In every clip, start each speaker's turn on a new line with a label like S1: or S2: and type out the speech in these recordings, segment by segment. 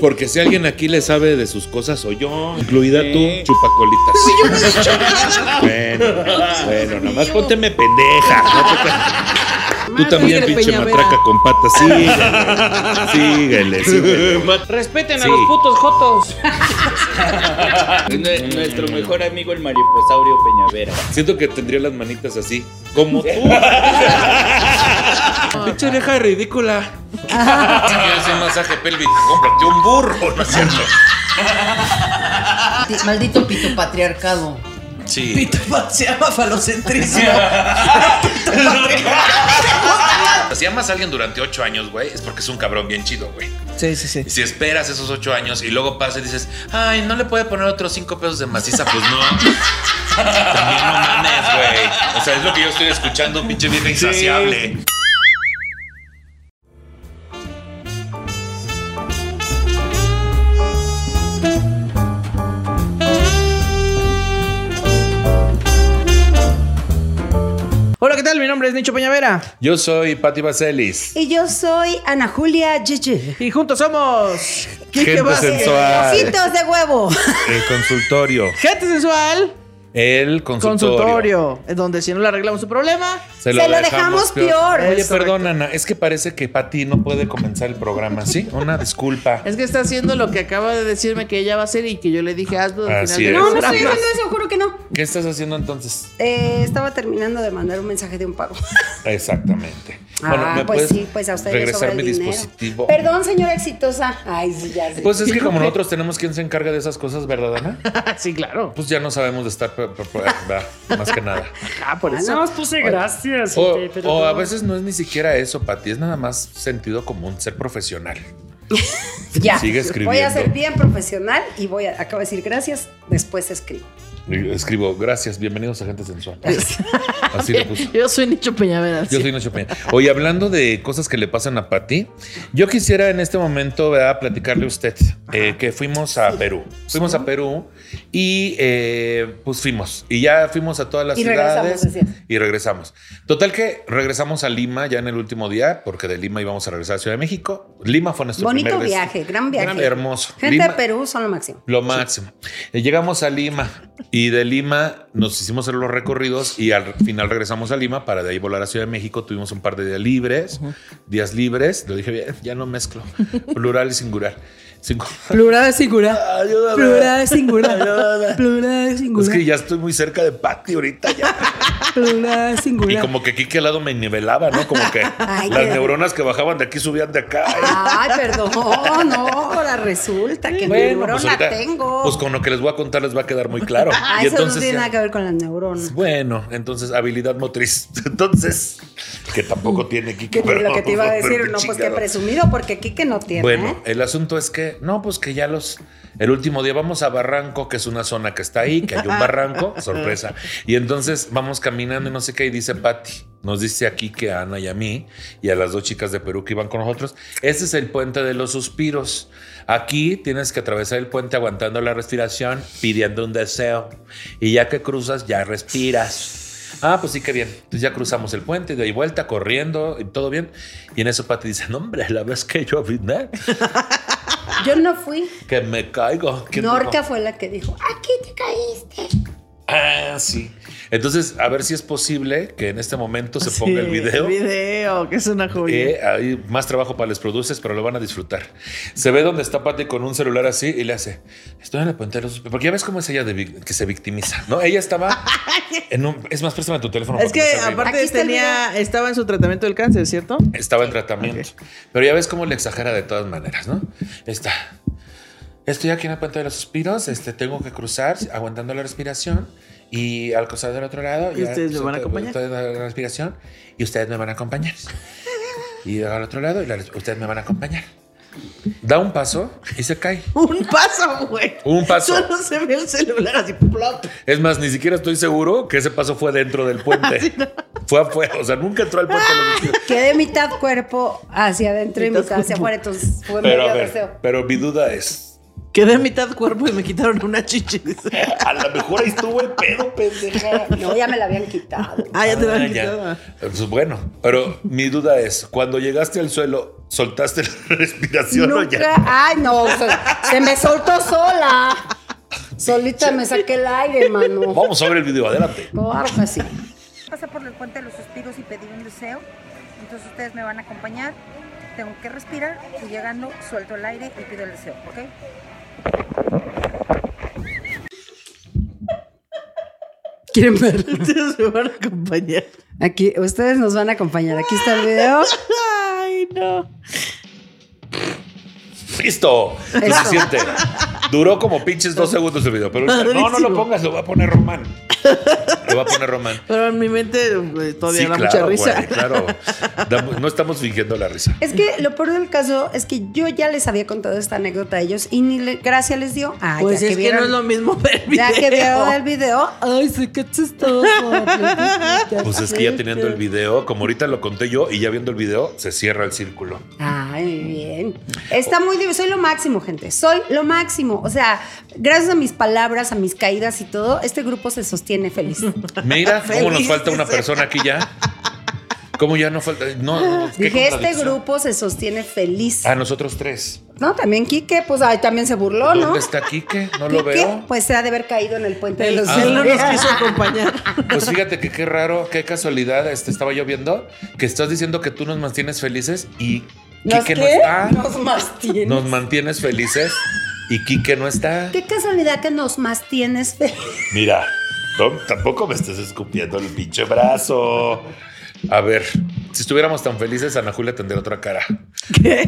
S1: Porque si alguien aquí le sabe de sus cosas, soy yo, incluida tú, chupacolitas. bueno, bueno, nada más pónteme pendeja. no te- Tú también, pinche matraca con patas. Síguele, síguele, síguele.
S2: Respeten
S1: Sí.
S2: a los putos jotos.
S3: Nue- Nuestro mejor amigo el mariposaurio Peñavera.
S1: Siento que tendría las manitas así, como tú.
S4: Pinche oreja ridícula.
S1: Quieres un masaje pélvico, cómprate un burro, ¿no es cierto?
S5: Ti- Maldito pito patriarcado.
S1: Sí.
S6: Se llama falocentrismo.
S1: Si amas a alguien durante ocho años, güey, es porque es un cabrón bien chido, güey.
S6: Sí, sí, sí.
S1: Y si esperas esos ocho años y luego pasa y dices, ay, no le puede poner otros cinco pesos de maciza, pues no. También no mames, güey. O sea, es lo que yo estoy escuchando, pinche vieja insaciable.
S2: Hola, ¿qué tal? Mi nombre es Nicho Peñavera.
S1: Yo soy Pati Vaselis.
S7: Y yo soy Ana Julia Yeye.
S2: Y juntos somos.
S1: Gente
S2: Vázquez.
S1: sensual.
S7: Ositos de huevo.
S1: El consultorio.
S2: Gente sensual.
S1: El consultorio.
S2: Consultorio. Es donde si no le arreglamos su problema.
S1: Se
S7: Se lo dejamos peor.
S1: Oye,
S2: Es correcto.
S1: perdón, Ana, es que parece que Pati no puede comenzar el programa, ¿sí? Una disculpa.
S2: Es que está haciendo lo que acaba de decirme que ella va a hacer y que yo le dije hazlo al
S1: Así
S2: final del
S1: es.
S7: No, no
S2: programa.
S7: estoy diciendo eso, juro que no.
S1: ¿Qué estás haciendo entonces?
S7: Eh, estaba terminando de mandar un mensaje de un pago.
S1: Exactamente.
S7: ah, pues sí, pues a ustedes les sobra
S1: regresar
S7: el
S1: mi
S7: dinero.
S1: dispositivo.
S7: Perdón, señora exitosa. Ay, sí, ya sé.
S1: Pues es que como nosotros tenemos quien se encarga de esas cosas, ¿verdad, Ana?
S2: sí, claro.
S1: Pues ya no sabemos de estar pe- pe- pe- va, más que nada.
S2: Ah, por
S7: Ah,
S2: eso.
S7: no,
S6: puse gracias.
S1: O, o a veces no es ni siquiera eso, Pati, es nada más sentido común, ser profesional.
S7: pues, ya.
S1: Sigue escribiendo.
S7: Voy a ser bien profesional y voy a. Acabo de decir gracias, después escribo.
S1: Y Escribo, gracias, bienvenidos a Gente Sensual. Así le puse.
S2: Yo soy Nicho Peñavera.
S1: Yo
S2: sí.
S1: soy Nacho Peña. Oye, hablando de cosas que le pasan a Pati, yo quisiera en este momento ¿verdad? platicarle a usted eh, que fuimos a Perú. Fuimos a Perú y eh, pues fuimos. Y ya fuimos a todas las
S7: Y regresamos,
S1: ciudades.
S7: decías.
S1: y regresamos. Total que regresamos a Lima ya en el último día, porque de Lima íbamos a regresar a Ciudad de México. Lima fue nuestro
S7: Bonito
S1: primer des-
S7: viaje, gran viaje.
S1: hermoso.
S7: Gente
S1: Lima-
S7: de Perú son lo máximo.
S1: lo máximo. Eh, Llegamos a Lima y de Lima nos hicimos hacer los recorridos y al final regresamos a Lima para de ahí volar a Ciudad de México. Tuvimos un par de días libres, días libres. Lo dije bien, ya no mezclo. Plural y singular. Singu-
S6: Plural singular.
S1: Ayúdame.
S6: Plural singular.
S1: Ayúdame.
S6: Plural
S1: Es
S6: singular.
S1: que ya estoy muy cerca de Patti ahorita ya.
S6: Plural
S1: Y
S6: singular.
S1: como que aquí que al lado me nivelaba, ¿no? Como que
S7: Ay,
S1: las
S7: qué- Ah,
S1: neuronas que bajaban de aquí subían de acá.
S7: Ay, perdón, no, ahora resulta que mi
S1: Bueno,
S7: neurona
S1: pues ahorita,
S7: tengo.
S1: pues con lo que les voy a contar les va a quedar muy claro.
S7: Ah,
S1: y
S7: eso no
S1: entonces
S7: tiene
S1: ya-
S7: nada que ver con las neuronas.
S1: Bueno, entonces habilidad motriz. Entonces, que tampoco tiene Kike,
S7: Que
S1: pero
S7: lo que te iba a decir,
S1: pero
S7: no, pues que
S1: chingado.
S7: presumido, porque Kike no tiene. ¿eh?
S1: Bueno, el asunto es que, no, pues que ya los. El último día vamos a Barranco, que es una zona que está ahí, que hay un barranco, sorpresa. Y entonces vamos caminando y no sé qué, y dice Patti, nos dice aquí que a Ana y a mí, y a las dos chicas de Perú que iban con nosotros, este es el puente de los suspiros. Aquí tienes que atravesar el puente aguantando la respiración, pidiendo un deseo. Y ya que cruzas, ya respiras. Ah, pues sí, qué bien. Entonces ya cruzamos el puente, de ahí vuelta, corriendo, y todo bien. Y en eso Pati dice, no, hombre, la vez que yo vine,
S7: Yo no fui.
S1: que me caigo. ¿Quién
S7: Norca
S1: dijo?
S7: fue la que dijo, aquí te caíste.
S1: Ah, sí. Entonces, a ver si es posible que en este momento se ponga el
S2: Sí,
S1: video.
S2: El video, que es una joya.
S1: Eh, hay más trabajo para les produces, pero lo van a disfrutar. Se ve donde está Pati con un celular así y le hace, estoy en el puente de los... Porque ya ves cómo es ella de vic- que se victimiza, ¿no? Ella estaba en un... Es más, préstame tu teléfono.
S2: es
S1: porque
S2: que
S1: me está
S2: aparte
S7: Aquí está el
S2: tenía, estaba en su tratamiento del cáncer, ¿cierto?
S1: Estaba en tratamiento. Pero ya ves cómo le exagera de todas maneras, ¿no? Está. Estoy aquí en el puente de los suspiros, este, tengo que cruzar aguantando la respiración y al cruzar del otro lado...
S2: Y ustedes me van a acompañar.
S1: ustedes dan la respiración y ustedes me van a acompañar. Y al otro lado, y la res- ustedes me van a acompañar. Da un paso y se cae.
S2: Un paso, güey.
S1: Un paso.
S2: Solo se ve el celular así, plop.
S1: Es más, ni siquiera estoy seguro que ese paso fue dentro del
S2: Ah,
S1: puente. Fue afuera, o sea, nunca entró al puente de los suspiros.
S7: Quedé mitad cuerpo hacia adentro y
S2: Mitad
S7: mitad hacia
S2: cuerpo.
S7: afuera, entonces fue
S1: Pero a
S7: medio
S1: ver,
S7: deseo.
S1: pero mi duda es...
S2: Quedé a mitad cuerpo y me quitaron una chichi. dice.
S1: A lo mejor ahí estuvo el pedo, pendeja.
S7: No, ya me la habían quitado.
S2: Ah, ya te la
S1: Ah,
S2: han
S1: ya.
S2: quitado.
S1: Pues bueno, pero mi duda es, cuando llegaste al suelo, ¿soltaste la respiración o
S7: Nunca.
S1: ya?
S7: Ay, no, se, se me soltó sola. Solita me saqué el aire, mano.
S1: Vamos sobre el video, adelante.
S7: Claro que sí.
S8: Pasé por el puente de los suspiros y pedí un deseo. Entonces ustedes me van a acompañar. Tengo que respirar y llegando suelto el aire y pido el deseo, ¿ok?
S6: ¿Quieren ver?
S2: Ustedes me van a acompañar.
S7: Aquí, ustedes nos van a acompañar. Aquí está el video.
S2: Ay, no.
S1: ¡Listo!
S7: Eso.
S1: Suficiente. Duró como pinches dos segundos el video, pero ahorita- no, no lo
S2: Padrísimo.
S1: pongas, lo va a poner Román. Lo va a poner Román.
S2: Pero en mi mente eh, todavía
S1: Sí,
S2: da mucha
S1: claro,
S2: risa.
S1: güey, claro. Dam- No estamos fingiendo la risa.
S7: Es que lo peor del caso es que yo ya les había contado esta anécdota a ellos y ni le- gracia les dio. Ah,
S2: Pues
S7: ya
S2: es que,
S7: vieron-
S2: no es lo mismo ver video.
S7: Ya que veo el video,
S6: Ay, sí, qué chistoso. Diosita.
S1: Pues es que ya teniendo el video, como ahorita lo conté yo, y ya viendo el video, se cierra el círculo.
S7: Ay, muy bien. Está muy bien. Soy lo máximo, gente. Soy lo máximo. O sea, gracias a mis palabras, a mis caídas y todo, este grupo se sostiene feliz.
S1: Mira cómo nos
S2: Feliz
S1: falta
S2: que
S1: una
S2: sea.
S1: persona aquí ya. ¿Cómo ya no falta? No, no, no, qué
S7: Dije, este
S1: contradicción.
S7: grupo se sostiene feliz.
S1: A Ah, nosotros tres.
S7: No, también Quique, pues ay, también se burló,
S1: ¿Dónde
S7: ¿no?
S1: está Quique? No lo
S7: Quique,
S1: veo.
S7: pues se ha de haber caído en el puente de los
S2: Ah, no
S7: Suspiros.
S2: nos quiso acompañar.
S1: Pues fíjate que qué raro, qué casualidad este, estaba yo viendo que estás diciendo que tú nos mantienes felices y
S7: ¿Nos
S1: Quique no
S7: qué?
S1: está.
S7: Nos mastienes.
S1: Nos mantienes felices y Quique no está.
S7: Qué casualidad que nos mastienes feliz.
S1: Mira, Tom, tampoco me estés escupiendo el pinche brazo. A ver, si estuviéramos tan felices, Ana Julia tendría otra cara.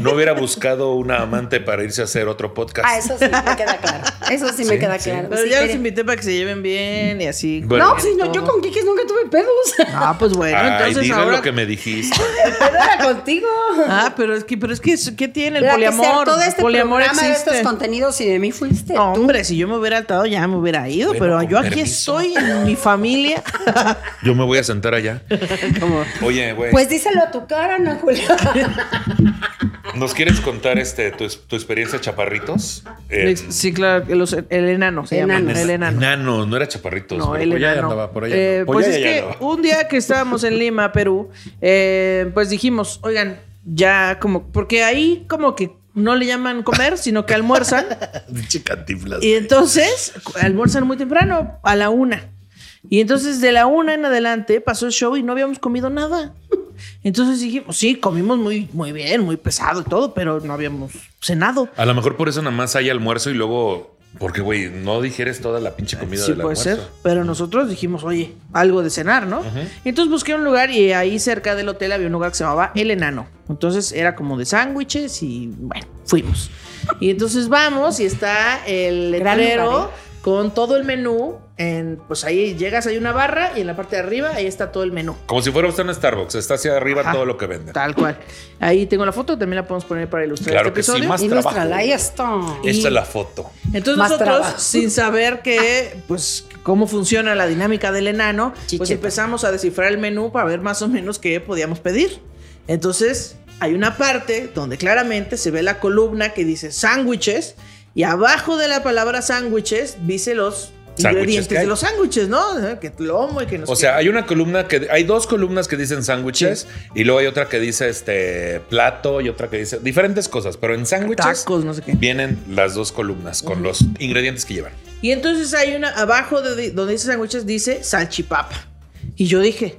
S1: No hubiera buscado una amante para irse a hacer otro podcast.
S7: Ah, eso sí me queda claro. Eso
S1: Sí,
S7: sí, me queda
S1: sí.
S7: claro.
S2: Pero
S7: Sí,
S2: ya los
S7: quería-
S2: invité para que se lleven bien y así.
S1: Bueno.
S7: No, pues, sí, no, yo con Quique nunca tuve pedos.
S2: Ah, pues bueno,
S1: Ay,
S2: entonces
S1: dile
S2: ahora.
S1: lo que me dijiste.
S7: Pedo era contigo.
S2: Ah, pero es que, pero es que, ¿qué tiene el
S7: Mira, que se
S2: poliamor?
S7: hartó de este
S2: poliamor
S7: programa, de
S2: existe.
S7: estos contenidos y de mí fuiste
S2: No,
S7: tú.
S2: hombre, si yo me hubiera altado ya me hubiera ido,
S1: Bueno,
S2: pero
S1: con
S2: yo aquí
S1: permiso.
S2: estoy en mi familia.
S1: Yo me voy a sentar allá. Oye, güey,
S7: Pues díselo a tu cara, Ana Julia.
S1: ¿nos quieres contar este tu, tu experiencia chaparritos? Eh,
S2: sí, claro, que los- el enano se
S7: Enano.
S2: llama. El enano.
S1: Enano, no era chaparritos.
S2: No,
S1: pero
S2: el
S1: por allá
S2: enano.
S1: Pues andaba, por allá
S2: Eh,
S1: andaba. Por
S2: pues
S1: allá
S2: es
S1: ya
S2: que
S1: andaba.
S2: un día que estábamos en Lima, Perú, eh, pues dijimos, oigan, ya como, porque ahí como que no le llaman comer, sino que almuerzan.
S1: Pinche cantinflas.
S2: Y entonces almuerzan muy temprano, a la una. Y entonces de la una en adelante pasó el show y no habíamos comido nada. Entonces dijimos, sí, comimos muy, muy bien, muy pesado y todo, pero no habíamos cenado.
S1: A lo mejor por eso nada más hay almuerzo y luego. Porque, güey, no digieres toda la pinche comida
S2: Sí,
S1: del
S2: puede ser.
S1: almuerzo.
S2: Pero nosotros dijimos, oye, algo de cenar, ¿no? Y Entonces busqué un lugar y ahí cerca del hotel había un lugar que se llamaba El Enano. Entonces era como de sándwiches y bueno, fuimos. Y entonces vamos y está el
S7: Gran
S2: letrero
S7: lugar, ¿eh?
S2: con todo el menú. En, pues ahí llegas, hay una barra y en la parte de arriba ahí está todo el menú.
S1: Como si fuera usted en Starbucks. Está hacia arriba
S2: Ajá.
S1: todo lo que venden.
S2: Tal cual. Ahí tengo la foto, también la podemos poner para ilustrar
S1: Claro
S2: este
S1: que sí,
S2: episodio.
S1: más
S7: Ilústrala,
S1: trabajo. Eh,
S7: ahí está.
S1: Esta es la foto.
S2: Entonces
S7: Más
S2: nosotros,
S7: trabajo.
S2: sin saber que, pues, cómo funciona la dinámica del enano, pues
S7: Chicheta.
S2: empezamos a descifrar el menú para ver más o menos qué podíamos pedir. Entonces, hay una parte donde claramente se ve la columna que dice sándwiches y abajo de la palabra sándwiches dice los
S1: Sándwiches que
S2: ingredientes
S1: hay.
S2: de los sándwiches, ¿no? Eh, Que lomo y que no
S1: O
S2: sé
S1: sea,
S2: qué.
S1: hay una columna que hay dos columnas que dicen sándwiches y luego hay otra que dice este plato y otra que dice diferentes cosas, pero en sándwiches
S2: tacos, no sé qué.
S1: vienen las dos columnas con los ingredientes que llevan.
S2: Y entonces hay una abajo de, donde dice sándwiches dice salchipapa. Y yo dije,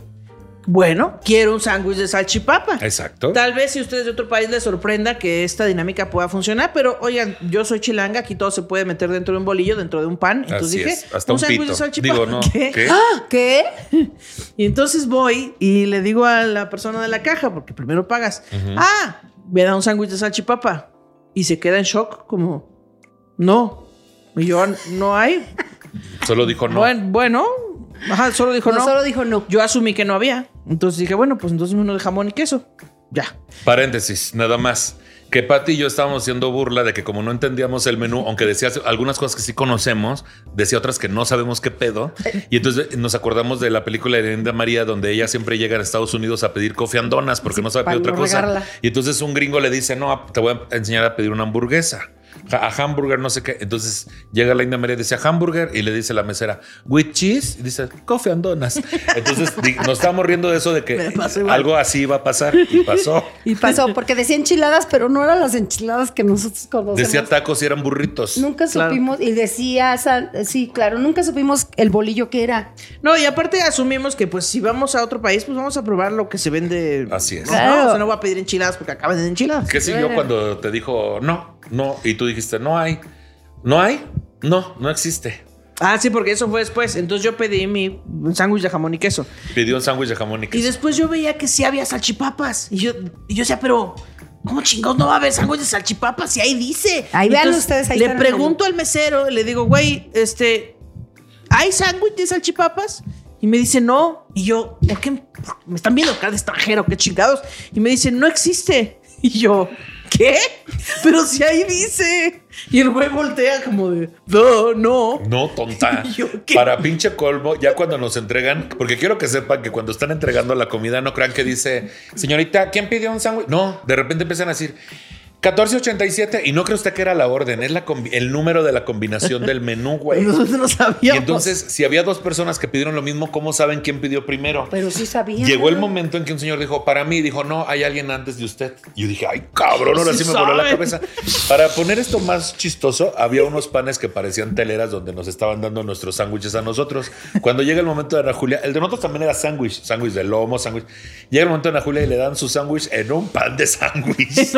S2: bueno, quiero un sándwich de salchipapa.
S1: Exacto.
S2: Ah. Tal vez si ustedes de otro país les sorprenda que esta dinámica pueda funcionar, pero oigan, yo soy chilanga, aquí todo se puede meter dentro de un bolillo, dentro de un pan. Entonces
S1: Así
S2: dije,
S1: es. Hasta un,
S2: sándwich de
S1: pito.
S2: salchipapa.
S1: Digo, no.
S2: ¿Qué?
S1: ¿qué?
S7: ¿Qué?
S2: Y entonces voy y le digo a la persona de la caja, porque primero pagas, ah, me da un sándwich de salchipapa. Y se queda en shock, como, No. Y yo, no hay.
S1: Solo dijo no.
S2: Bueno, bueno. Ajá, solo dijo no.
S7: no, solo dijo no.
S2: Yo asumí que no había. Entonces dije, bueno, pues entonces uno de jamón y queso. Ya.
S1: Paréntesis, nada más. Que Pati y yo estábamos haciendo burla de que como no entendíamos el menú, aunque decía algunas cosas que sí conocemos, decía otras que no sabemos qué pedo. Y entonces nos acordamos de la película de Linda María, donde ella siempre llega a Estados Unidos a pedir coffee and donuts porque no sabe
S7: para
S1: pedir otra
S7: no
S1: cosa.
S7: regarla.
S1: Y entonces un gringo le dice, no, te voy a enseñar a pedir una hamburguesa. A a hamburger, no sé qué. Entonces llega la India María y dice hamburger y le dice la mesera, with cheese. Y dice, coffee and donuts. Entonces di- nos estábamos riendo de eso, de que algo así iba a pasar y pasó.
S7: Y pasó, porque decía enchiladas, pero no eran las enchiladas que nosotros conocemos.
S1: Decía tacos y eran burritos.
S7: Nunca supimos, y decía, sal- sí, claro, nunca supimos el bolillo que era.
S2: No, y aparte asumimos que pues si vamos a otro país, pues vamos a probar lo que se vende.
S1: Así es.
S2: No,
S7: Claro.
S2: no, o sea, no voy a pedir enchiladas porque acaban de enchiladas.
S1: ¿Qué siguió cuando te dijo no, no? Y tú dijiste, no hay, no hay, no, no existe.
S2: Ah, sí, porque eso fue después. Entonces yo pedí mi sándwich de jamón y queso.
S1: Pidió un sándwich de jamón y
S2: Y
S1: queso.
S2: después yo veía que sí había salchipapas. Y yo, y yo decía, pero ¿cómo chingados no va a haber sándwich de salchipapas? Si ahí dice.
S7: Ahí vean
S2: Entonces,
S7: ustedes, ahí
S2: Le
S7: están en el
S2: pregunto al mesero, le digo, güey, este, ¿hay sándwich de salchipapas? Y me dice, no. Y yo, ¿por qué me están viendo cara de extranjero? ¿Qué chingados? Y me dice, no existe. Y yo, ¿qué? Pero si ahí dice. Y el güey voltea como de, no, no.
S1: No, tonta.
S2: Yo, ¿qué?
S1: Para pinche colmo, ya cuando nos entregan, porque quiero que sepan que cuando están entregando la comida, no crean que dice, señorita, ¿quién pidió un sándwich? No, de repente empiezan a decir, 1487, y no cree usted que era la orden, es la combi- el número de la combinación del menú, güey.
S2: Nosotros no
S1: Y
S2: sabíamos.
S1: entonces, si había dos personas que pidieron lo mismo, ¿cómo saben quién pidió primero?
S7: Pero sí sabía.
S1: Llegó el momento en que un señor dijo, para mí, dijo, no, hay alguien antes de usted. Y yo dije, ay, cabrón, ahora sí,
S2: Sí
S1: me voló la
S2: sabe.
S1: cabeza. Para poner esto más chistoso, había unos panes que parecían teleras donde nos estaban dando nuestros sándwiches a nosotros. Cuando llega el momento de Ana Julia, el de nosotros también era sándwich, sándwich de lomo, sándwich. Llega el momento de Ana Julia y le dan su sándwich en un pan de sándwich.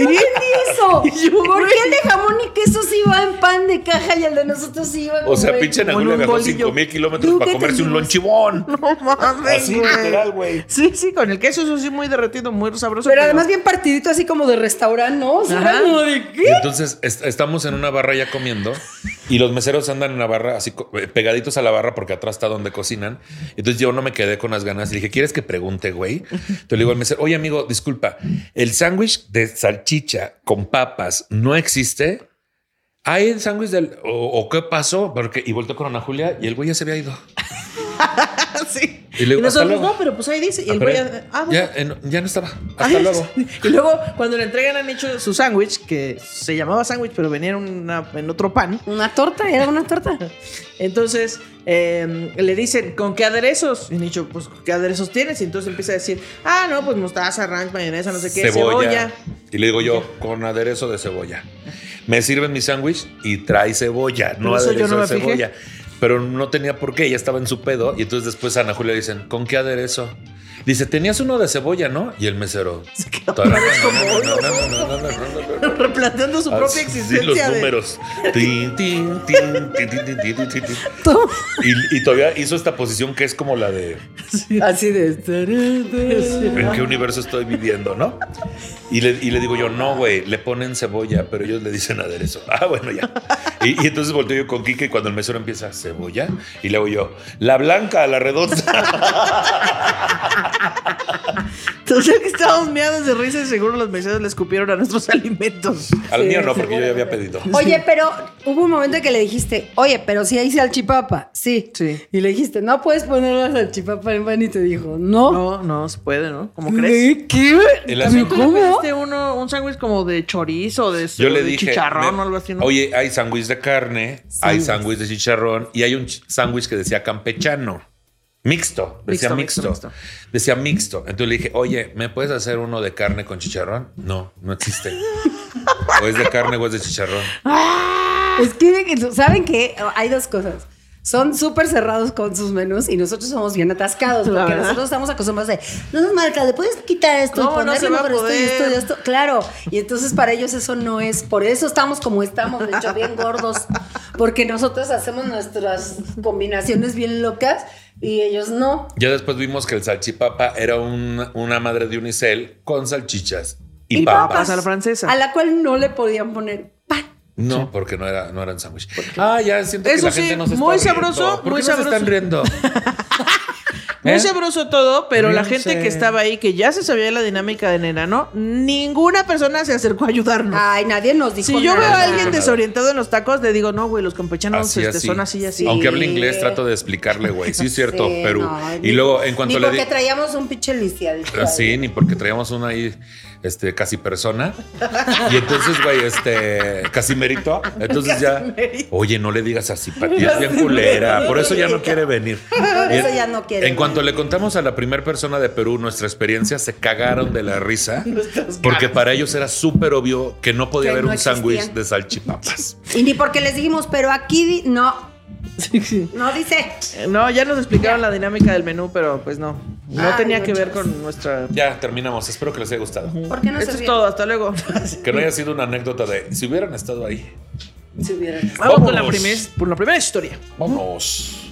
S2: Sí.
S7: ¿Qué eso?
S2: Y yo,
S7: ¿Por
S2: güey.
S7: qué el de jamón y queso sí iba en pan de caja y el de nosotros sí iba
S1: O sea,
S7: como en-
S1: pinche Ana
S2: como en
S1: Julia
S2: un
S1: viajó
S2: bolillo.
S1: 5 mil kilómetros
S7: Nunca
S1: para comerse un
S7: entendimos.
S1: lonchibón.
S2: No mames,
S1: Así,
S2: güey.
S1: literal, güey.
S2: Sí, sí, con el queso, eso sí, muy derretido, muy sabroso.
S7: Pero además bien partidito, así como de restaurante, ¿no? O sea,
S2: Ajá.
S7: era como de
S1: Y
S7: qué.
S1: entonces est- estamos en una barra ya comiendo y los meseros andan en la barra así co- eh, pegaditos a la barra porque atrás está donde cocinan. Entonces yo no me quedé con las ganas y dije, ¿quieres que pregunte, güey? Entonces le digo al mesero, oye amigo, disculpa, el sándwich de salchicha con papas no existe. ¿Hay el sándwich del... O, o qué pasó? Porque, y volteó con Ana Julia y el güey ya se había ido.
S2: Ah, sí.
S1: Y
S2: Y,
S1: luego, hasta
S2: nosotros,
S1: luego.
S2: no, pero pues ahí dice. Y
S1: Ah,
S2: el güey,
S1: pero-
S2: ah, bueno.
S1: ya, eh, no, ya no estaba. Hasta
S2: Ay,
S1: luego.
S2: Y luego, cuando le entregan, han hecho su sándwich, que se llamaba sándwich, pero venía en, una- en otro pan.
S7: Una torta, era una torta.
S2: Entonces eh, le dicen, ¿con qué aderezos? Y han dicho, pues, ¿qué aderezos tienes? Y entonces empieza a decir, ah, no, pues mostaza, ranch, mayonesa, no sé qué, cebolla.
S1: Y le digo yo, con aderezo de cebolla. Me sirven mi sándwich y trae cebolla, no
S2: Pero eso
S1: aderezo
S2: yo no
S1: de
S2: me fijé.
S1: cebolla. Pero no tenía por qué, ella estaba en su pedo. Y entonces después a Ana Julia le dicen, ¿con qué aderezo? Dice, tenías uno de cebolla, ¿no? Y el mesero. "Tarán, no, no, no, no, no, no, no, no, no, no".
S2: Replanteando su propia
S1: Así,
S2: existencia.
S1: Ah, los
S2: de-
S1: números. Tin, tin, tin, tin, tin, tin, tin, tin, tin, tin. Y, y todavía hizo esta posición que es como la de
S6: Así de.
S1: en qué universo estoy viviendo, ¿no? Y le, y le digo yo, no, güey, le ponen cebolla, pero ellos le dicen aderezo. Ah, bueno, ya. Y, y entonces volteo yo con Kike y cuando el mesero empieza, cebolla, y le hago yo, la blanca, la redonda.
S2: Entonces, que estábamos meados de risa y seguro los meseros le escupieron a nuestros alimentos.
S1: Al mío no, porque yo ya había pedido.
S7: Oye, pero hubo un momento en que le dijiste, oye, pero si hay salchipapa. Sí.
S2: Sí.
S7: Y le dijiste, no puedes poner la salchipapa en pan y te dijo, no.
S2: No, no se puede, ¿no? ¿Cómo crees?
S1: El asunto-
S2: ¿Cómo? Pediste uno, un sándwich como de chorizo, de,
S1: Yo le
S2: de
S1: dije,
S2: chicharrón
S1: me-
S2: o algo así. ¿no?
S1: oye, hay sándwich de carne, hay sándwich de chicharrón y hay un ch- sándwich que decía campechano. Mixto, decía mixto,
S2: Mixto, mixto,
S1: Decía mixto. Entonces le dije, oye, ¿me puedes hacer uno de carne con chicharrón? No, no existe. o es de carne o es de chicharrón.
S7: Es que, ¿saben que Hay dos cosas. Son súper cerrados con sus menús y nosotros somos bien atascados
S2: La
S7: porque
S2: verdad.
S7: nosotros estamos acostumbrados de, no nos marca, le puedes quitar esto
S2: No,
S7: y
S2: no se
S7: ponerlo
S2: va a
S7: mejor esto y esto y
S2: poder.
S7: esto. Claro. Y entonces para ellos eso no es. Por eso estamos como estamos, de hecho, bien gordos. Porque nosotros hacemos nuestras combinaciones bien locas y ellos no.
S1: Ya después vimos que el salchipapa era un- una madre de unicel con salchichas y,
S2: Y
S1: papas.
S2: papas a la francesa.
S7: A la cual no le podían poner pan.
S1: No, porque no, era, no eran sándwich. Ah, ya siento que
S2: Eso
S1: la
S2: sí,
S1: gente no se está
S2: muy
S1: riendo.
S2: sabroso,
S1: ¿Por
S2: muy
S1: qué no se
S2: sabroso.
S1: están riendo?
S2: Muy
S1: ¿Eh?
S2: sabroso todo, pero la
S1: No
S2: gente
S1: sé.
S2: que estaba ahí, que ya se sabía la dinámica de nena, ¿no? Ninguna persona se acercó a ayudarnos.
S7: Ay, nadie nos Ah, dijo
S2: si yo veo
S7: nada.
S2: a alguien desorientado en los tacos, le digo, no, güey, los campechanos
S1: Así,
S2: este,
S1: así.
S2: son así y así.
S7: Sí.
S1: Aunque hable inglés, trato de explicarle, güey. Sí, es cierto,
S7: Sí,
S1: Perú.
S7: no,
S1: y
S7: ni-
S1: luego, en cuanto
S7: ni
S1: le
S7: porque
S1: di. Ah,
S7: traíamos un pinche lisiadito.
S1: Así, ni porque traíamos una ahí, este, casi persona. Y entonces, güey, este, casi mérito. Entonces ya, oye, no le digas así, Pati, es bien culera. Por eso ya no quiere venir.
S7: Por
S1: Y
S7: eso
S1: en-
S7: ya no quiere
S1: En cuanto
S7: venir.
S1: le contamos a la primera persona de Perú nuestra experiencia, se cagaron de la risa. Porque para ellos era súper obvio que no podía
S7: Que
S1: haber
S7: no
S1: un sándwich
S7: existían.
S1: de salchipapas.
S7: Y ni porque les dijimos, pero aquí di- no,
S2: Sí, sí.
S7: no dice.
S2: Eh, No, ya nos explicaron la dinámica del menú, pero pues no. No
S7: Ay,
S2: tenía que ver
S7: muchas.
S2: con nuestra.
S1: Ya terminamos. Espero que les haya gustado.
S7: ¿Por qué no
S2: Esto
S7: se
S2: es
S7: rieron?
S2: todo, hasta luego.
S1: Que no haya sido una anécdota de si hubieran estado ahí.
S7: Si hubieran-
S2: Vamos con la,
S1: Vámonos.
S2: primer- por la primera historia.
S1: Vámonos.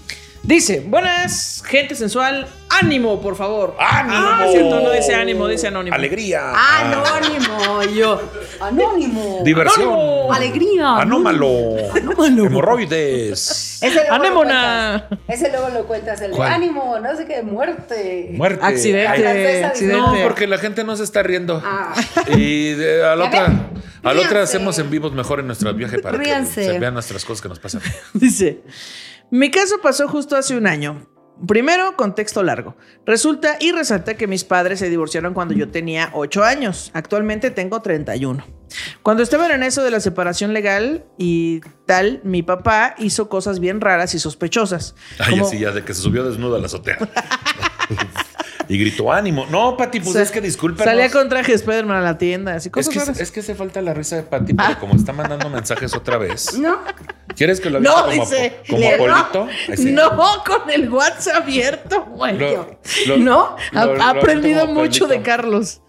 S2: Dice, buenas, gente sensual, ánimo, por favor.
S1: ¡Ánimo!
S2: Ah, cierto, no dice ánimo, dice anónimo.
S1: Alegría.
S7: Ah,
S2: Ah,
S1: Ah.
S7: Anónimo, yo. Anónimo.
S1: Diversión.
S2: Anónimo.
S7: Alegría.
S1: Anómalo. Hemorroides.
S7: Ese luego lo
S2: Anémona.
S7: cuentas. Ese luego lo cuentas, el de
S1: ¿Cuál?
S7: ánimo, no sé qué, muerte.
S1: Muerte.
S2: Eh, Accidente,
S7: Ay,
S2: accidente.
S1: No, porque la gente no se está riendo.
S7: Ah.
S1: Y de- a la
S7: Ya
S1: otra,
S7: ven.
S1: a la otra
S7: Ríanse.
S1: hacemos en vivos mejor en nuestro viaje para
S7: Ríanse.
S1: que se vean nuestras cosas que nos pasan.
S2: Dice, mi caso pasó justo hace un año. Primero, contexto largo. Resulta y resalta que mis padres se divorciaron cuando yo tenía 8 años. Actualmente tengo 31. Cuando estaban en eso de la separación legal y tal, mi papá hizo cosas bien raras y sospechosas.
S1: Ay,
S2: Como-
S1: así ya de que se subió desnudo a la azotea. y gritó ánimo. No, Pati, pues
S2: sa-
S1: es que disculpa.
S2: Salía con traje Spiderman a la tienda, así
S1: Es
S2: cosas
S1: que,
S2: raras.
S1: es que hace falta la risa de Pati, pero como está mandando mensajes otra vez.
S7: No,
S1: ¿Quieres que lo avise
S2: No,
S1: como,
S2: dice.
S1: como
S2: le-
S1: Apolito? Así.
S2: No, con el WhatsApp abierto, güey.
S1: Lo- lo-
S2: no,
S1: lo-
S2: ha, ha
S1: lo- lo-
S2: aprendido
S1: como
S2: mucho de
S1: Pedrito.
S2: Carlos.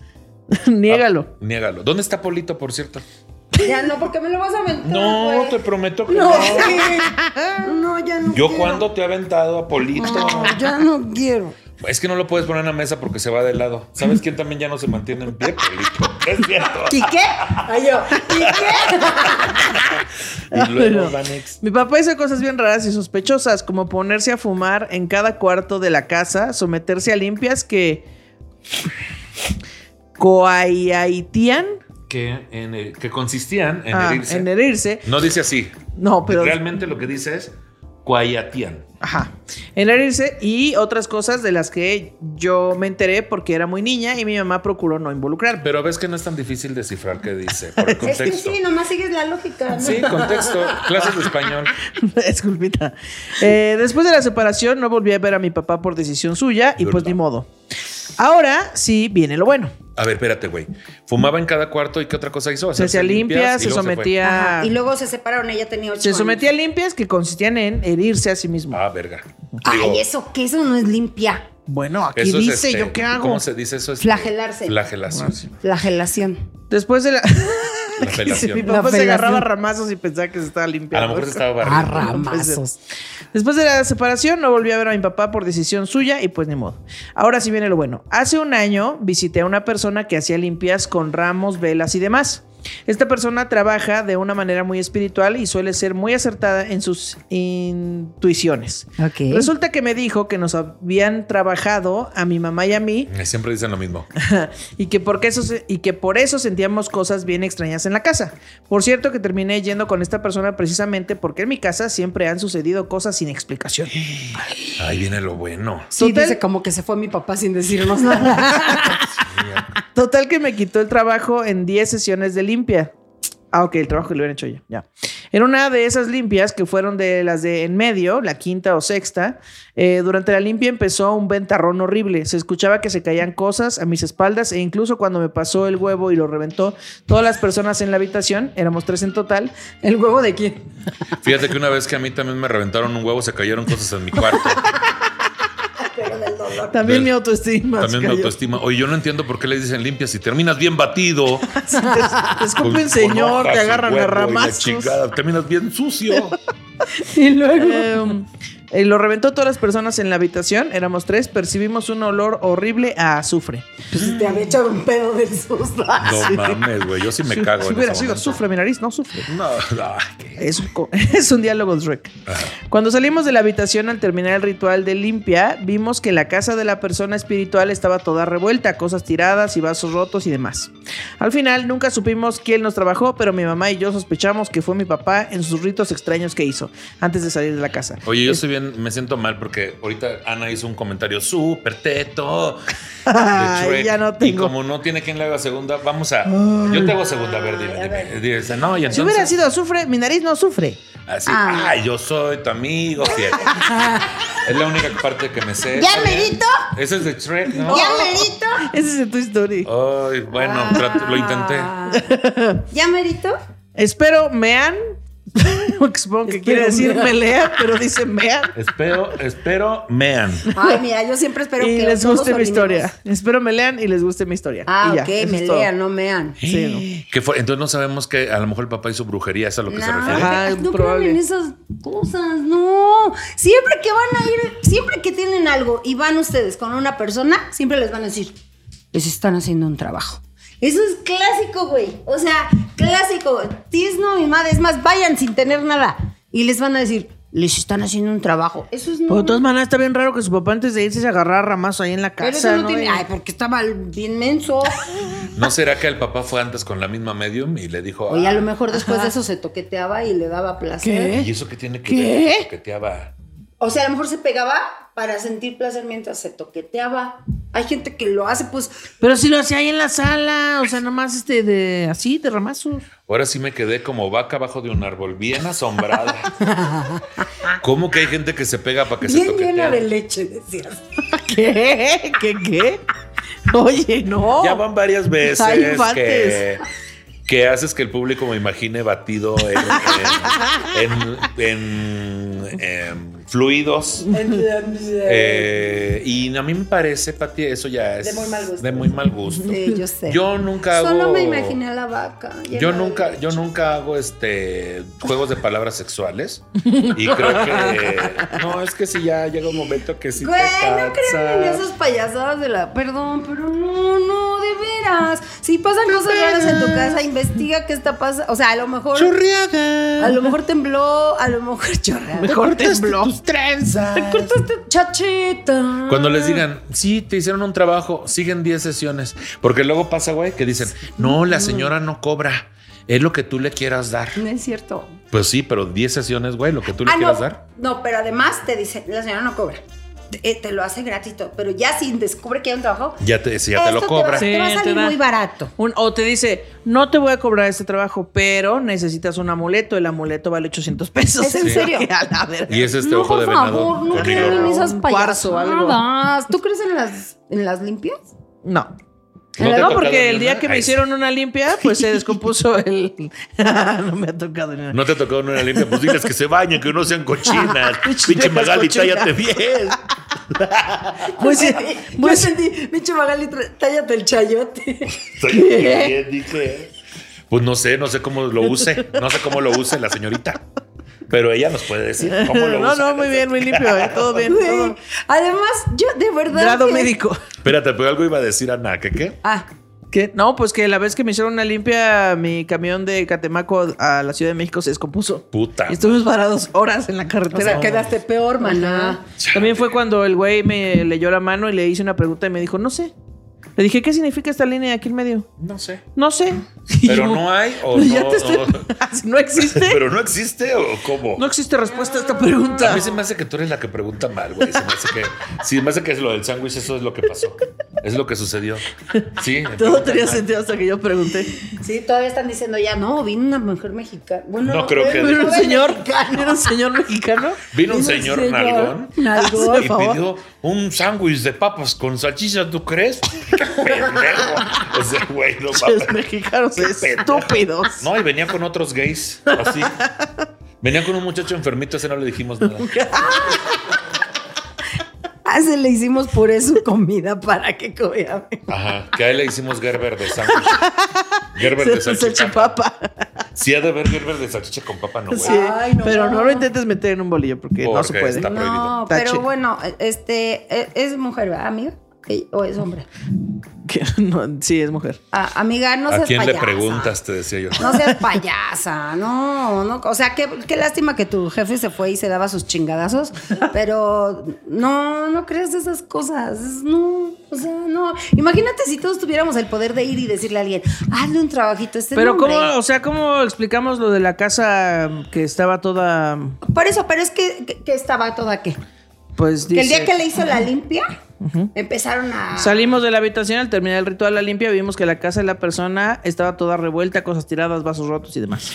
S2: Niégalo.
S1: Ah, niégalo. ¿Dónde está Polito, por cierto?
S7: ya no, porque me lo vas a aventar.
S1: No,
S7: güey.
S1: te prometo que no.
S7: No, no, ya no.
S1: Yo
S7: quiero.
S1: cuando te he aventado a Polito.
S7: No, ya no quiero.
S1: Es que no lo puedes poner en la mesa porque se va de lado. ¿Sabes quién también ya no se mantiene en pie? Polito. Es cierto.
S7: ¿Y qué? Ay, yo. ¿Y
S1: Y luego
S2: Pero-
S1: Vanex.
S2: Mi papá hizo cosas bien raras y sospechosas, como ponerse a fumar en cada cuarto de la casa, someterse a limpias que coaitían
S1: Que, en el- que consistían en
S2: ah,
S1: herirse.
S2: en herirse.
S1: No dice así.
S2: No, pero
S1: Realmente lo que dice es cuayatían.
S2: Ajá. En herirse y otras cosas de las que yo me enteré porque era muy niña y mi mamá procuró no involucrarme.
S1: Pero ves que no es tan difícil descifrar qué dice por el
S7: qué? Es que
S1: contexto.
S7: sí, nomás sigues la lógica. ¿no?
S1: Sí, contexto. Clases de español.
S2: es culpita. Eh, después de la separación no volví a ver a mi papá por decisión suya y pues ni modo. Ahora sí viene lo bueno.
S1: A ver, espérate, güey. Fumaba en cada cuarto y qué otra cosa hizo?
S2: Se hacía limpia,
S1: limpias y
S2: se
S1: luego fue.
S2: sometía...
S7: Ajá, Y luego se separaron, ella tenía ocho
S2: se sometía a
S7: años.
S2: limpias que consistían en herirse a sí mismo.
S1: Ah, verga. Digo,
S7: Ay, eso, que eso no es limpia.
S2: Bueno, aquí
S1: eso es,
S2: dice
S1: este,
S2: yo qué hago.
S1: ¿Cómo se dice eso? Es
S7: Flagelarse.
S1: Flagelación.
S7: Flagelación.
S2: Después de la...
S1: La felación.
S2: mi
S6: La
S2: papá se
S6: felación.
S2: agarraba ramazos y pensaba que se estaba
S1: A
S2: limpiando.
S1: lo mejor se estaba
S7: Ah,
S6: A
S1: barriendo.
S6: ramazos.
S2: Después de la separación no volví a ver a mi papá por decisión suya y pues ni modo. Ahora sí viene lo bueno. Hace un año visité a una persona que hacía limpias con ramos, velas y demás. Esta persona trabaja de una manera muy espiritual y suele ser muy acertada en sus intuiciones.
S6: Ok.
S2: Resulta que me dijo que nos habían trabajado a mi mamá y a mí
S1: Eh, Siempre dicen lo mismo.
S2: y que, porque eso se- y que por eso sentíamos cosas bien extrañas en la casa. Por cierto que terminé yendo con esta persona precisamente porque en mi casa siempre han sucedido cosas sin explicación.
S1: Ahí viene lo bueno.
S6: Sí,
S2: Total-
S6: dice como que se fue mi papá sin decirnos nada.
S2: Total que me quitó el trabajo en 10 sesiones de limpia. Ah, ok, el trabajo que lo hubieran hecho yo, ya. En una de esas limpias que fueron de las de en medio, la quinta o sexta, eh, durante la limpia empezó un ventarrón horrible. Se escuchaba que se caían cosas a mis espaldas e incluso cuando me pasó el huevo y lo reventó, todas las personas en la habitación, éramos tres en total,
S6: ¿El huevo de quién?
S1: Fíjate que una vez que a mí también me reventaron un huevo, se cayeron cosas en mi cuarto.
S2: también
S1: Del-
S2: mi autoestima.
S1: También mi
S2: cayó.
S1: autoestima. Oye, yo no entiendo por qué le dicen limpias si terminas bien batido.
S2: Sí, te- Te
S1: con-
S2: escupen
S1: con
S2: señor,
S1: hojas
S2: te
S1: y
S2: agarran
S1: huevo y
S2: a
S1: la
S2: ramazos.
S1: chingada, Terminas bien sucio.
S6: Y luego.
S2: Em, Eh, lo reventó todas las personas en la habitación. Éramos tres. Percibimos un olor horrible a azufre.
S7: Pues te había echado un pedo del susto.
S1: No mames, güey. Yo sí me
S2: Si-
S1: cago.
S2: Si
S1: en
S2: hubiera
S1: ese
S2: sido
S1: momento.
S2: azufre, mi nariz no sufre.
S1: No, ay, qué-
S2: Es un, co- es un diálogo de Shrek. Cuando salimos de la habitación al terminar el ritual de limpia, vimos que la casa de la persona espiritual estaba toda revuelta, cosas tiradas y vasos rotos y demás. Al final nunca supimos quién nos trabajó, pero mi mamá y yo sospechamos que fue mi papá en sus ritos extraños que hizo antes de salir de la casa.
S1: Oye, yo estoy bien, me siento mal porque ahorita Ana hizo un comentario súper teto. de
S2: Ay,
S1: Shrek.
S2: ya no
S1: Y
S2: tengo.
S1: como no tiene quien le haga segunda, vamos a. Yo te hago segunda, a ver, dime, dime. Dice, no, y entonces.
S2: Si Ah. hubiera sido azufre, mi nariz no sufre.
S1: Así, ay, yo soy tu amigo fiel. es la única parte que me sé.
S7: ¿Ya
S1: Está bien.
S7: merito?
S1: Ese es de Shrek, ¿no?
S7: ¿Ya merito?
S2: Ese es de tu historia.
S1: Ay, bueno, trato- lo intenté.
S2: Ah.
S7: Ah. ¿Ya merito?
S2: Espero mean. Supongo que quiere decir melea, pero dice mean.
S1: Espero, espero, mean.
S7: Ay, mira, yo siempre espero
S2: y
S7: que
S2: les
S7: todos
S2: guste mi
S7: animemos.
S2: historia. Espero me lean y les guste mi historia.
S7: Ah,
S2: Y ya,
S7: ok,
S2: eso
S7: me
S2: es todo.
S7: lean, no mean.
S2: Sí,
S1: Eh, Que fue, entonces no sabemos que a lo mejor el papá hizo brujería, ¿es a lo que se
S7: No,
S1: refiere?
S2: Ajá,
S7: no crean
S2: probable.
S7: en esas cosas, no. Siempre que van a ir, siempre que tienen algo y van ustedes con una persona, siempre les van a decir, les están haciendo un trabajo. Eso es clásico, güey. O sea, clásico. Tisno, mi madre. Es más, vayan sin tener nada. Y les van a decir, les están haciendo un trabajo. Eso es
S2: no. Pero
S7: no.
S2: Pues, de todas maneras, está bien raro que su papá antes de irse se agarrara ramazo ahí en la
S7: pero
S2: casa.
S7: eso no,
S2: ¿no?
S7: tiene.
S2: Y-
S7: Ay, porque está mal, bien menso.
S1: ¿No será que el papá fue antes con la misma medium y le dijo,
S7: Oye, a lo
S1: "Ah,
S7: mejor después de eso se toqueteaba y le daba
S6: ¿Qué?
S7: placer.
S1: ¿y eso que tiene que
S6: ¿Qué?
S1: ver? Toqueteaba.
S7: O sea, a lo mejor se pegaba para sentir placer mientras se toqueteaba. Hay gente que lo hace, pues.
S2: Pero si lo hacía ahí en la sala, o sea, nomás este de así, de ramazo.
S1: Ahora sí me quedé como vaca abajo de un árbol, bien asombrada. ¿Cómo que hay gente que se pega para que se
S7: Bien llena de
S1: toquetee?
S7: leche, decías.
S2: ¿Qué? ¿Qué? ¿Qué? Oye, no.
S1: Ya van varias veces
S2: Ay,
S1: que,
S2: infantes.
S1: que haces que el público me imagine batido en, en- en- en- en fluidos. Eh, y a mí me parece, Pati, eso ya es
S7: De muy mal gusto.
S1: de muy mal gusto.
S7: Sí, yo sé.
S1: Yo nunca hago.
S7: Solo me imaginé a la vaca. llena
S1: Yo
S7: de
S1: nunca,
S7: leche.
S1: yo nunca hago este juegos de palabras sexuales. Y creo que. No, es que si ya llega un momento que sí.
S7: Güey,
S1: te
S7: no crean en
S1: cansas.
S7: esas payasadas de la. Perdón, pero no, no, de veras. Si pasan cosas raras en tu casa, investiga qué está pasando. O sea, a lo mejor. A
S2: Churriada.
S7: lo mejor tembló, a lo mejor chorreada.
S2: Mejor tembló. Tus trenzas.
S7: Chacheta.
S1: Cuando les digan, sí, te hicieron un trabajo, siguen 10 sesiones. Porque luego pasa, güey, que dicen, no, la señora no cobra. Es lo que tú le quieras dar.
S7: No es cierto.
S1: Pues sí, pero 10 sesiones, güey, lo que tú le
S7: Ah,
S1: quieras
S7: no,
S1: dar.
S7: No, pero además te dice, la señora no cobra. Te, eh, te lo hace gratis, y todo, pero ya si descubre que hay un trabajo,
S1: Ya te, si ya te
S7: esto
S1: lo cobra.
S7: Te, va- te va a
S2: Sí, te
S7: salir
S2: da.
S7: muy barato.
S2: Un- o te dice, no te voy a cobrar este trabajo, pero necesitas un amuleto. El amuleto vale 800 pesos.
S7: ¿Es en Sí. serio?
S2: A la verga.
S1: Y es este
S7: no,
S1: ojo
S7: por
S1: de
S7: favor,
S1: venado.
S7: no
S1: con
S7: crean
S1: hilo.
S7: en esas
S2: Un cuarzo o algo.
S7: payasadas. ¿Tú crees en las, en las limpias?
S2: No.
S1: ¿No
S2: No,
S1: te ha tocado
S2: porque el
S1: ni
S2: día
S1: una?
S2: que me
S1: Ay,
S2: hicieron una limpia, pues se descompuso el. no me ha tocado ni una.
S1: No te ha tocado una limpia, pues diles que se bañen, que no sean cochinas. Pinche
S2: viejas
S1: Magali,
S2: cochinas.
S1: tállate bien.
S2: Pues, sí, pues,
S7: entendí, Micho Magali, tra- tállate el chayote.
S1: Tállate bien, dije. Pues no sé, no sé cómo lo use. No sé cómo lo use la señorita. Pero ella nos puede decir cómo lo
S2: no,
S1: usa.
S2: no, muy bien, muy limpio, eh, todo bien,
S7: Güey,
S2: todo.
S7: Además, yo de verdad.
S2: Grado
S7: que-
S2: médico.
S1: Espérate, pero algo iba a decir Ana, ¿qué qué?
S7: Ah,
S2: ¿Qué? No, pues que la vez que me hicieron una limpia, mi camión de Catemaco a la Ciudad de México se descompuso.
S1: Puta.
S2: Y estuvimos parados horas en la
S7: o
S2: carretera.
S7: sea, quedaste peor, maná.
S2: Ah. También fue cuando el güey me leyó la mano y le hice una pregunta y me dijo, no sé. Le dije, ¿qué significa esta línea aquí en medio?
S1: No sé.
S2: No sé.
S1: Pero no hay o
S2: Ya
S1: no-
S2: te estoy-
S1: o-
S2: ¿No existe?
S1: Pero no existe o cómo?
S2: No existe respuesta a esta pregunta.
S1: A mí se me hace que tú eres la que pregunta mal, güey. Se me hace que. Sí, me hace que es lo del sándwich, eso es lo que pasó. Es lo que sucedió. Sí. me
S2: Todo
S1: preguntan
S2: tenía
S1: mal.
S2: sentido hasta que yo pregunté.
S7: Sí, todavía están diciendo ya, no, vino una mujer mexicana. Bueno,
S1: No creo que-
S2: Era un
S7: fue
S2: señor,
S7: mexicana.
S2: era un señor mexicano.
S1: Vino un señor, nalgón.
S7: Nalgón.
S2: por
S1: y
S2: favor.
S1: pidió un sándwich de papas con salchicha, ¿tú crees? ¡Qué pendejo! O sea, güey, no
S2: Los
S1: mames.
S2: mexicanos estúpidos.
S1: No, y venía con otros gays, así. Venía con un muchacho enfermito, ese no le dijimos nada.
S7: Ah, se le hicimos por eso comida para que comiera.
S1: Ajá, que a él le hicimos Gerber de sándwich. Gerber de
S2: Se- se
S1: salchicha.
S2: chupapa.
S1: Sí ha de haber Gerber de salchicha con papa, no, güey.
S2: Sí,
S6: Ay, no.
S2: pero no lo intentes meter en un bolillo porque, no se
S1: Porque
S2: puede.
S1: está- prohibido.
S7: No,
S2: Está
S7: pero
S2: chido.
S7: bueno, este, eh, es mujer, ¿verdad, amiga? Eh, ¿O es hombre?
S2: Que no- sí, es mujer.
S7: Ah, amiga, no
S1: ¿A
S7: seas
S1: quién le
S7: payasa.
S1: preguntas? Te decía yo.
S7: No seas payasa, no, no. O sea, qué, qué lástima que tu jefe se fue y se daba sus chingadazos, pero no, no creas de esas cosas. es- No, o sea, no. Imagínate si todos tuviéramos el poder de ir y decirle a alguien, hazle un trabajito a este
S2: Pero
S7: hombre".
S2: cómo, o sea, cómo explicamos lo de la casa que estaba toda,
S7: Por eso, pero es que, que- que estaba toda qué.
S2: pues
S7: Que
S2: dice,
S7: el día que le hizo la limpia, empezaron a.
S2: Salimos de la habitación al terminar el ritual la limpia vimos que la casa de la persona estaba toda revuelta, cosas tiradas, vasos rotos y demás.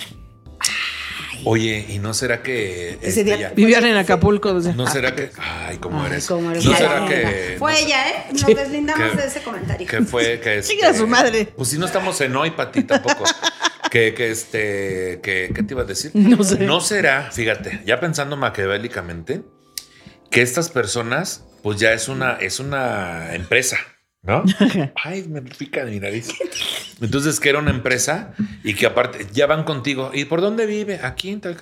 S1: Oye, ¿y no será que.
S7: Ese
S1: este,
S7: día-
S1: ya-
S2: Vivían en Acapulco. decía.
S1: No será que. Ay, ¿cómo
S7: Ay,
S1: eres?
S7: cómo eres
S1: No
S7: la
S1: será
S7: verga.
S1: que.
S7: Fue
S1: no-
S7: ella, ¿eh? Nos
S2: Sí.
S7: deslindamos
S1: que-
S7: de ese comentario.
S1: Que fue que este,
S2: Chinga su madre.
S1: Pues si no estamos en hoy, Pati, tampoco. que, que este, que, ¿qué te iba a decir?
S2: No sé.
S1: No será, fíjate, ya pensando maquiavélicamente, que estas personas, pues ya es una, es una empresa, ¿no? Ay, me pica mi nariz. Entonces, que era una empresa y que aparte ya van contigo. ¿Y por dónde vive? Aquí en tal.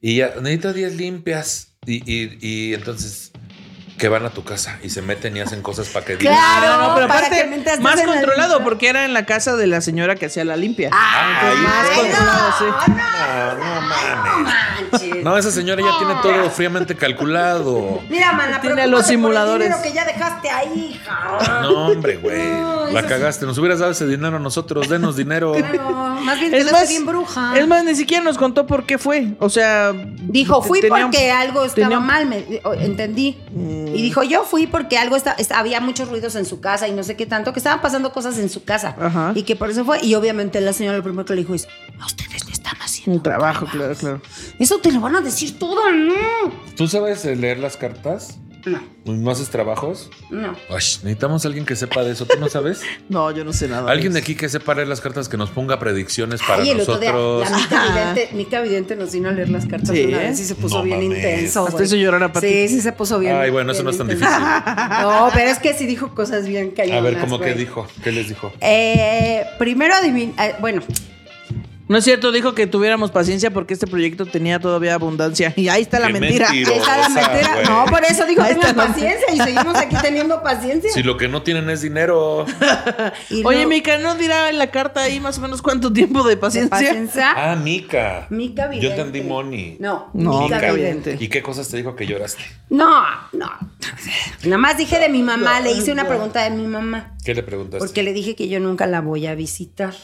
S1: Y ya necesito 10 limpias. Y, y, y entonces que van a tu casa y se meten y hacen cosas para que digas.
S7: Claro,
S2: No, pero
S7: Ah, para
S2: aparte,
S7: que mientras
S2: más
S7: estás en la
S2: controlado
S7: limpia.
S2: porque era en la casa de la señora que hacía la limpia.
S1: Ah,
S7: Ay,
S2: más controlado, sí.
S1: No, no
S7: Ah,
S1: mames.
S7: manches.
S1: No, esa señora ya tiene todo fríamente calculado.
S7: Mira,
S2: Tiene
S7: mana, preocúpate
S2: los
S7: por el
S2: simuladores.
S7: dinero que ya dejaste ahí, hija.
S1: No, hombre, güey.
S7: No,
S1: La
S7: eso
S1: cagaste. Nos hubieras dado ese dinero a nosotros. Denos dinero.
S7: Claro, más bien
S2: Es
S7: te
S2: más,
S7: bien bruja.
S2: es más, ni siquiera nos contó por qué fue. O sea,
S7: Dijo, fui
S2: tenía- Mm,
S7: porque algo estaba
S2: tenía-
S7: mal, me- o- entendí. Y dijo, yo fui porque algo está, es- había muchos ruidos en su casa y no sé qué tanto, que estaban pasando cosas en su casa.
S2: Ajá.
S7: Y que por eso fue. Y obviamente la señora lo primero que le dijo es, a ustedes le están haciendo.
S2: Un trabajo, claro, claro.
S7: Eso te lo van a decir todo, no.
S1: ¿Tú sabes eh, leer las cartas? No. ¿No haces trabajos?
S7: No.
S1: Ay, necesitamos a alguien que sepa de eso. ¿Tú no sabes?
S2: No, yo no sé nada.
S1: Alguien de aquí que sepa leer las cartas, que nos ponga predicciones para
S7: Ay, el otro día,
S1: nosotros.
S7: la Mica Vidente, Mica Vidente nos vino a leer las cartas
S2: Sí,
S7: una
S2: ¿eh?
S7: vez y se puso
S1: No
S7: bien
S1: mames.
S7: intenso.
S2: Hasta
S7: güey.
S2: hizo llorar a Pati.
S7: Sí, sí se puso bien.
S1: Ay, bueno, eso
S7: bien
S1: no es tan
S7: intenso.
S1: difícil.
S7: No, pero es que sí dijo cosas bien
S1: A
S7: cañonas.
S1: ver, ¿cómo que
S7: güey.
S1: dijo? ¿Qué les dijo?
S7: Eh, primero adivin... eh, bueno,
S2: No es cierto, dijo que tuviéramos paciencia porque este proyecto tenía todavía abundancia. Y ahí está la
S1: Qué
S2: mentira.
S1: mentira.
S7: ahí está la
S1: Mentirosa,
S7: mentira.
S1: güey.
S7: No, por eso dijo,
S2: Ahí
S7: tengan
S2: está la-
S7: paciencia y seguimos aquí teniendo paciencia.
S1: Si lo que no tienen es dinero.
S7: Y
S2: Oye,
S7: no-
S2: Mica, ¿no dirá en la carta ahí más o menos cuánto tiempo de
S7: de
S2: paciencia?
S7: paciencia.
S1: Ah, Mica.
S7: Mica Vidente.
S1: Yo entendí Moni.
S7: No,
S2: No,
S7: Mica
S2: Mica
S7: Vidente.
S2: Vidente.
S1: ¿Y qué cosas te dijo que lloraste?
S7: No, no. Nada más dije de mi mamá, le hice una pregunta de mi mamá.
S1: ¿Qué le preguntaste?
S7: Porque le dije que yo nunca la voy a visitar.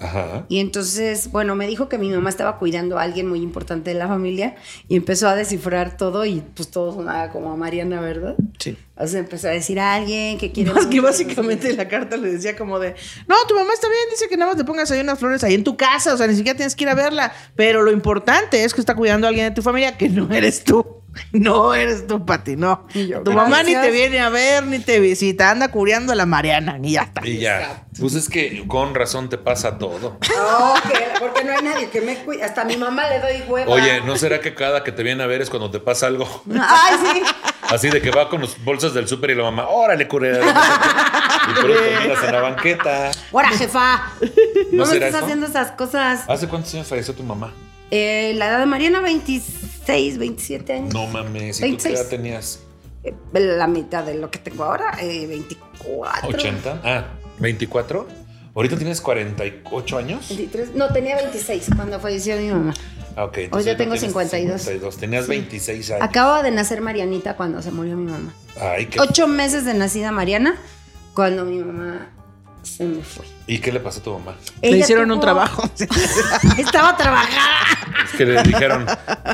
S1: Ajá.
S7: Y entonces, bueno, me dijo que mi mamá estaba cuidando a alguien muy importante de la familia y empezó a descifrar todo y pues todo sonaba como a Mariana, ¿verdad?
S2: Sí.
S7: O sea, empezó a decir a alguien que quiere...
S2: Más que
S7: mucho, no sé
S2: básicamente la carta le decía como de, no, tu mamá está bien, dice que nada más te pongas ahí unas flores ahí en tu casa, o sea, ni siquiera tienes que ir a verla, pero lo importante es que está cuidando a alguien de tu familia que no eres tú. No eres tú, Pati, no.
S7: Y yo,
S2: tu mamá ni te
S7: gracias.
S2: viene a ver, ni te visita, anda curiando a la Mariana, y ya está.
S1: Y ya. Pues es que con razón te pasa todo.
S7: No, que- porque no hay nadie que me cuide. Hasta a mi mamá le doy hueva.
S1: Oye, ¿no será que cada que te viene a ver es cuando te pasa algo?
S7: Ay, sí.
S1: Así de que va con los bolsas del súper y la mamá, órale, curera. y por eso terminas en la banqueta.
S7: Ahora, jefa.
S1: ¿No
S7: No, me
S1: será
S7: estás
S1: eso?
S7: haciendo esas cosas.
S1: ¿Hace cuántos años falleció tu mamá?
S7: Eh, la edad de Mariana, 26, 27 años.
S1: No mames, ¿y tú qué
S7: 26.
S1: edad tenías?
S7: Eh, La mitad de lo que tengo ahora, eh, 24.
S1: ¿80? Ah, ¿24? ¿Ahorita tienes 48 años?
S7: 23. No, tenía 26 cuando falleció mi mamá.
S1: Ah, ok. entonces
S7: Hoy ya
S1: ahorita
S7: tengo
S1: tienes
S7: 52.
S1: Tenías 26 años.
S7: Acababa de nacer Marianita cuando se murió mi mamá.
S1: Ay, ¿qué?
S7: Ocho meses de nacida Mariana cuando mi mamá se me fue.
S1: ¿Y qué le pasó a tu mamá?
S2: Le
S7: Ella
S2: hicieron un
S7: tuvo-
S2: trabajo.
S7: Estaba trabajada.
S1: Es que le dijeron,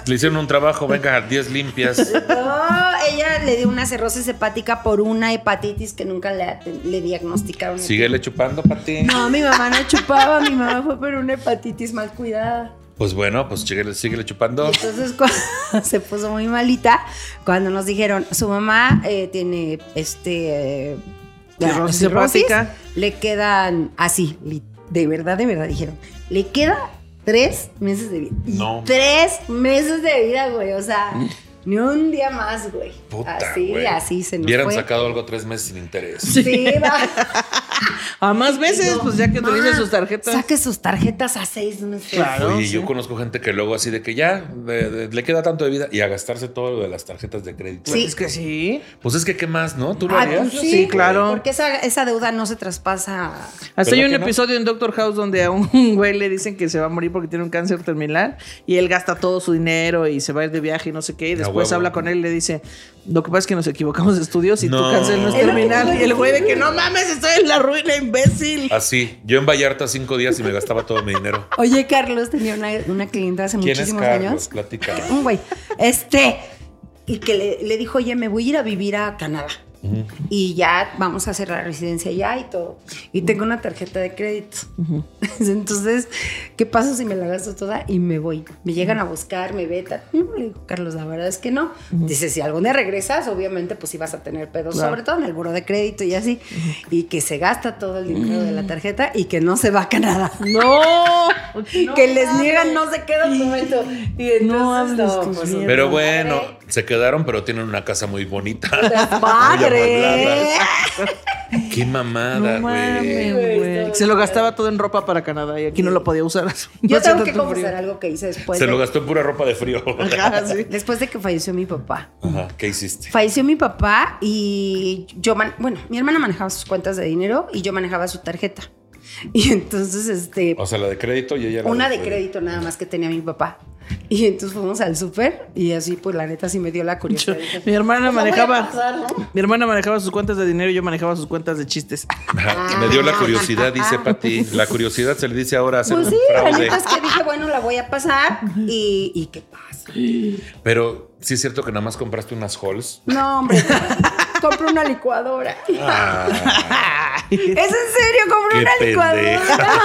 S1: le hicieron un trabajo, venga, 10 limpias.
S7: No, ella le dio una cirrosis hepática por una hepatitis que nunca le, aten- le diagnosticaron.
S1: Síguele chupando, Pati.
S7: No, mi mamá no chupaba, mi mamá fue por una hepatitis mal cuidada.
S1: Pues bueno, pues síguele, síguele chupando.
S7: Y entonces cuando se puso muy malita, cuando nos dijeron, su mamá eh, tiene este eh,
S2: Cirrosis hepática.
S7: le quedan así, li- de verdad, de verdad dijeron, le queda tres meses de vida. Y
S1: No.
S7: Tres meses de vida, güey, o sea,
S1: Mm.
S7: ni un día más, güey.
S1: Puta,
S7: así,
S1: güey.
S7: así se nos
S1: Hubieran
S7: fue.
S1: sacado algo tres meses sin interés.
S7: Sí, va.
S2: A más veces, pues ya que utilicen sus tarjetas.
S9: Saque sus tarjetas a seis meses.
S2: Claro.
S1: Oye,
S2: sí.
S1: yo conozco gente que luego así de que ya de- de- le queda tanto de vida y a gastarse todo lo de las tarjetas de crédito.
S9: Sí.
S2: Es que sí.
S1: Pues es que qué más, ¿no? ¿Tú lo
S9: Ah,
S1: harías?
S9: pues sí,
S2: Sí, claro.
S9: Porque esa, esa deuda no se traspasa.
S2: Hasta hay
S1: ¿Verdad
S2: un
S1: que no?
S2: episodio en Doctor House donde a un güey le dicen que se va a morir porque tiene un cáncer terminal y él gasta todo su dinero y se va a ir de viaje y no sé qué. Y después
S1: huevo.
S2: habla con él y le dice: Lo que pasa es que nos equivocamos de estudios y tu
S1: No.
S2: cáncer no es
S9: Es lo que te
S2: terminal.
S9: iba a
S2: Y el güey de
S9: decir.
S2: que no mames, estoy en la ruina, imbécil.
S1: Así. Yo en Vallarta cinco días y me gastaba todo mi dinero.
S9: Oye, Carlos tenía una, una clienta hace
S1: ¿Quién es
S9: muchísimos
S1: Carlos?
S9: años.
S1: Platica.
S9: Un güey. Este. Y que le, le dijo, oye, me voy a ir a vivir a Canadá. Y ya vamos a hacer la residencia ya y todo. Y tengo una tarjeta de crédito. Entonces, ¿qué pasa si me la gasto toda y me voy? Me llegan a buscar, me vetan. No, le digo, Carlos, la verdad es que no. Dice, si algún día regresas, obviamente, pues sí vas a tener pedos,
S2: Claro.
S9: sobre todo en el buro de crédito y así. Y que se gasta todo el dinero de la tarjeta y que no se va a Canadá
S2: No.
S9: que les niegan no se queda momento. Y entonces,
S2: No hables
S9: no,
S2: tus
S9: pues,
S2: mierdas.
S1: Pero bueno, se quedaron, pero tienen una casa muy bonita. Muy
S9: padre.
S1: amueblada. Qué mamada,
S2: No
S1: güey.
S2: mames, güey. Se lo gastaba todo en ropa para Canadá y aquí no lo podía usar.
S9: Yo
S2: Hacía
S9: tengo que
S2: tanto frío.
S9: confesar algo que hice después.
S1: Se
S9: de,
S1: lo gastó en pura ropa de frío.
S2: Ajá, sí.
S9: Después de que falleció mi papá.
S1: Ajá, ¿Qué hiciste?
S9: Falleció mi papá y yo, man- bueno, mi hermana manejaba sus cuentas de dinero y yo manejaba su tarjeta. Y entonces, este,
S1: O sea, la de crédito y ella la
S9: una de crédito nada más que tenía mi papá. Y entonces fuimos al súper y así, pues la neta sí me dio la
S2: Yo-
S9: curiosidad. Dije,
S2: mi hermana
S9: "Pues, la voy a
S2: manejaba.
S9: pasar, ¿no?".
S2: Mi hermana manejaba sus cuentas de dinero y yo manejaba sus cuentas de chistes.
S9: Ah.
S1: Ajá, Me dio la curiosidad, dice Pati. La curiosidad se le dice ahora a hacer
S9: Pues
S1: un
S9: sí, la
S1: fraude.
S9: neta es que dije, bueno, la voy a pasar y, y qué pasa.
S1: Pero sí es cierto que nada más compraste unas halls.
S9: No, hombre. compré una licuadora.
S1: Ah,
S9: ¿Es en serio? Compré
S1: qué
S9: una licuadora.
S1: pendeja.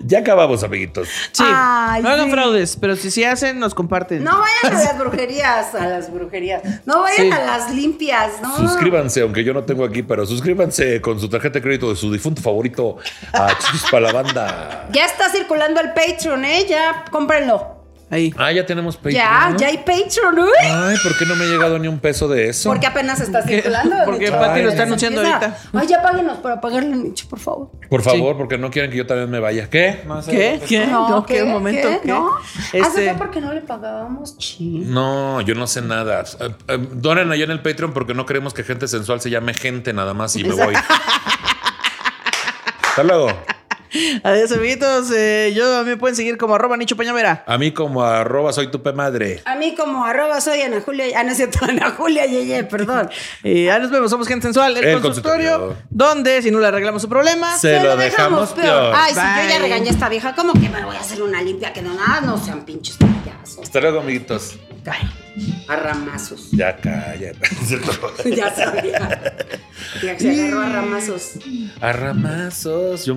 S1: ya acabamos, amiguitos.
S2: Sí.
S9: Ay,
S2: no hagan
S9: sí.
S2: fraudes, pero si sí hacen, nos comparten.
S9: No vayan a las brujerías, a las brujerías. No vayan
S2: Sí.
S9: a las limpias, ¿no?
S1: Suscríbanse, aunque yo no tengo aquí, pero suscríbanse con su tarjeta de crédito de su difunto favorito a Chispa la Banda.
S9: Ya está circulando el Patreon, ¿eh? Ya cómprenlo.
S2: Ahí.
S1: Ah, ya tenemos Patreon.
S9: ya,
S1: ¿no?
S9: ya hay Patreon, ¿eh?
S1: Ay, ¿por qué no me ha llegado ni un peso de eso?
S9: Porque apenas está circulando.
S2: Porque
S9: Nicho.
S2: Pati lo
S9: Apenas
S2: está anunciando
S9: empieza.
S2: ahorita.
S9: Ay, ya páguenos para pagarle a Nicho, por favor.
S1: Por favor, porque no quieren que yo también me vaya. ¿Qué?
S2: ¿Qué? ¿Qué? No, ¿qué? momento? ¿Qué?
S9: No. Ah, se
S2: Este,
S9: fue porque no le pagábamos. Chi.
S1: No, yo no sé nada. Eh, eh, Donen allá en el Patreon porque no queremos que gente sensual se llame gente nada más y me voy. Hasta luego.
S2: Adiós, amiguitos. Eh, yo a mí me pueden seguir como arroba Nicho Peñavera.
S1: A mí como arroba soy tu pe madre.
S9: A mí como arroba soy Ana Julia, ah, no es cierto, Ana Julia Yeye, perdón.
S2: Y ya nos vemos. Somos Gente Sensual, el,
S1: El
S2: consultorio,
S1: consultorio.
S2: donde si no le arreglamos su
S9: Ah,
S2: problema,
S1: Se lo dejamos peor.
S9: Ay, si yo
S2: Bye.
S9: ya regañé a esta vieja, ¿cómo que me voy a hacer una limpia? Que no nada, no sean pinches payasos.
S1: Hasta luego, amiguitos.
S9: Ay, a ramazos.
S1: Ya cállate.
S9: Ya sabía. Ya se agarró a ramazos.
S1: A ramazos. Yo